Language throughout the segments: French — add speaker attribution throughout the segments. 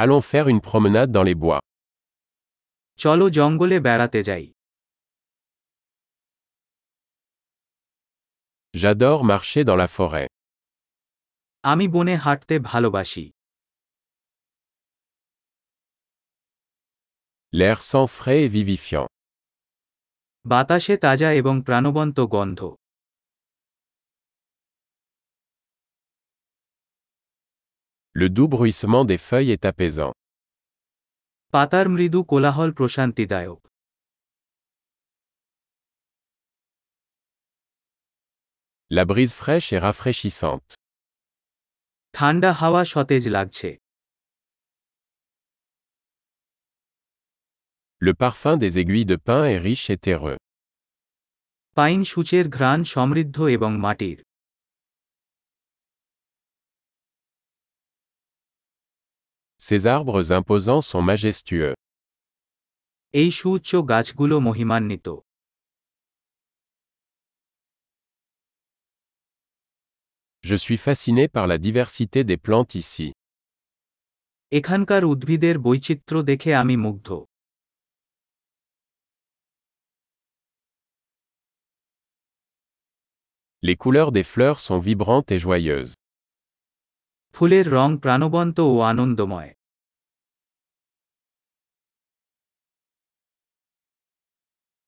Speaker 1: Allons faire une promenade dans les bois.
Speaker 2: চলো জঙ্গলে বেড়াতে যাই
Speaker 1: J'adore marcher dans la forêt.
Speaker 2: আমি বনে হাঁটতে ভালোবাসি
Speaker 1: L'air sent frais et vivifiant.
Speaker 2: বাতাসে তাজা এবং প্রাণবন্ত গন্ধ
Speaker 1: Le doux bruissement des feuilles est apaisant.
Speaker 2: পাতার মৃদু কোলাহল প্রশান্তিদায়ক
Speaker 1: La brise fraîche est rafraîchissante.
Speaker 2: ঠান্ডা হাওয়া সতেজ লাগছে
Speaker 1: Le parfum des aiguilles de pin est riche et terreux.
Speaker 2: পাইন সূচের ঘ্রাণ সমৃদ্ধ এবং মাটির
Speaker 1: Ces arbres imposants sont majestueux.
Speaker 2: এই সুউচ্চ গাছগুলো মহিমান্বিত
Speaker 1: Je suis fasciné par la diversité des plantes ici.
Speaker 2: এখানকার উদ্ভিদের বৈচিত্র্য দেখে আমি মুগ্ধ
Speaker 1: Les couleurs des fleurs sont vibrantes et joyeuses.
Speaker 2: ফুলের রং প্রাণবন্ত ও আনন্দময়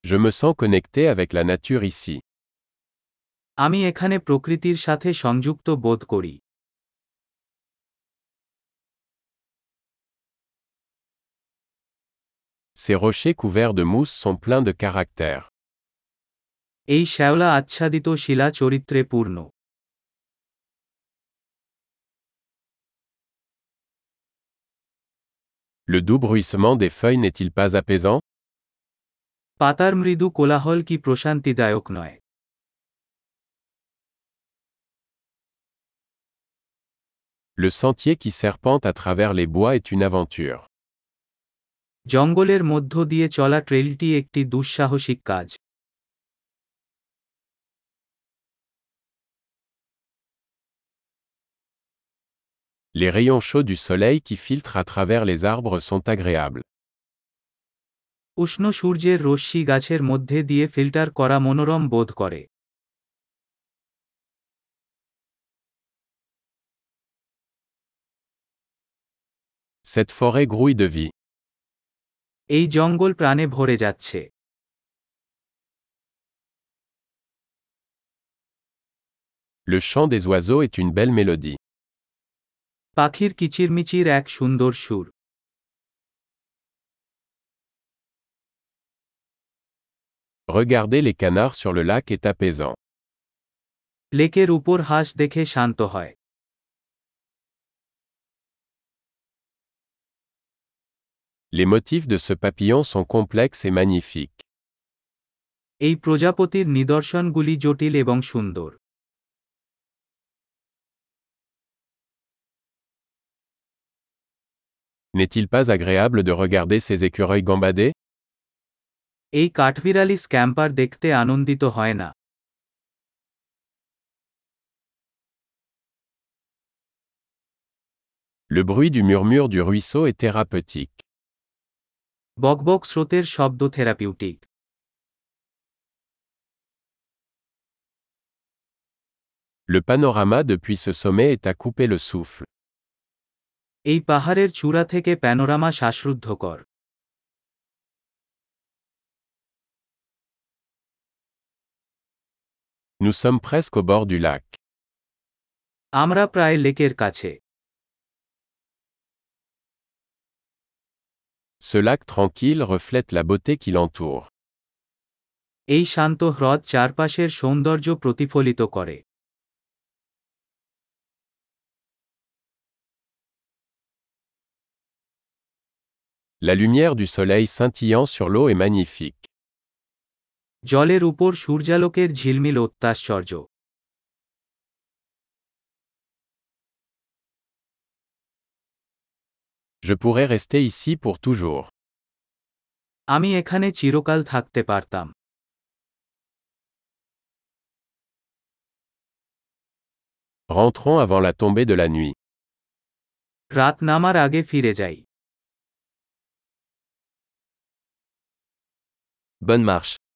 Speaker 1: Je me sens connecté avec la nature ici.
Speaker 2: আমি এখানে প্রকৃতির সাথে সংযুক্ত বোধ করি
Speaker 1: Ces rochers couverts de mousse sont pleins de caractère.
Speaker 2: এই শ্যাওলা আচ্ছাদিত শিলা চরিত্রে পূর্ণ
Speaker 1: Le doux bruissement des feuilles n'est-il pas apaisant
Speaker 2: পাতার মৃদু কোলাহল কি প্রশান্তিদায়ক নয়
Speaker 1: Le sentier qui serpente à travers les bois est une aventure.
Speaker 2: জঙ্গলের মধ্য দিয়ে চলা ট্রেলটি একটি দুঃসাহসিক কাজ
Speaker 1: Les rayons chauds du soleil qui filtrent à travers les arbres sont agréables.
Speaker 2: উষ্ণ সূর্যের রশ্মি গাছের মধ্যে দিয়ে ফিল্টার করা মনোরম বোধ করে
Speaker 1: Cette forêt grouille de vie.
Speaker 2: এই জঙ্গল প্রাণে ভরে যাচ্ছে
Speaker 1: Le chant des oiseaux est une belle mélodie.
Speaker 2: পাখির কিচিরমিচির এক সুন্দর সুর
Speaker 1: Regarder les canards sur le lac est apaisant.
Speaker 2: লেকের উপর হাঁস দেখে শান্ত হয়
Speaker 1: Les motifs de ce papillon sont complexes et magnifiques.
Speaker 2: এই প্রজাপতির নিদর্শনগুলি জটিল এবং সুন্দর
Speaker 1: N'est-il pas agréable de regarder ces écureuils gambader
Speaker 2: এই কাঠবিড়ালি স্ক্যাম্পার দেখতে আনন্দিত হয় না
Speaker 1: Le bruit du murmure du ruisseau est thérapeutique.
Speaker 2: বকবক স্রোতের শব্দ থেরাপিউটিক
Speaker 1: Le panorama depuis ce sommet est à couper le souffle.
Speaker 2: এই পাহাড়ের চূড়া থেকে প্যানোরামা শ্বাসরুদ্ধকর
Speaker 1: Nous sommes presque au bord du lac.
Speaker 2: আমরা প্রায় লেকের কাছে
Speaker 1: Ce lac tranquille reflète la beauté qui l'entoure.
Speaker 2: এই শান্ত হ্রদ চারপাশের সৌন্দর্য প্রতিফলিত করে
Speaker 1: La lumière du soleil scintillant sur l'eau est magnifique.
Speaker 2: জলের উপর সূর্যালোকের ঝিলমিল অত্যাশ্চর্য
Speaker 1: Je pourrais rester ici pour toujours.
Speaker 2: আমি এখানে চিরকাল থাকতে পারতাম
Speaker 1: Rentrons avant la tombée de la nuit.
Speaker 2: রাত নামার আগে ফিরে যাই
Speaker 3: Bonne marche.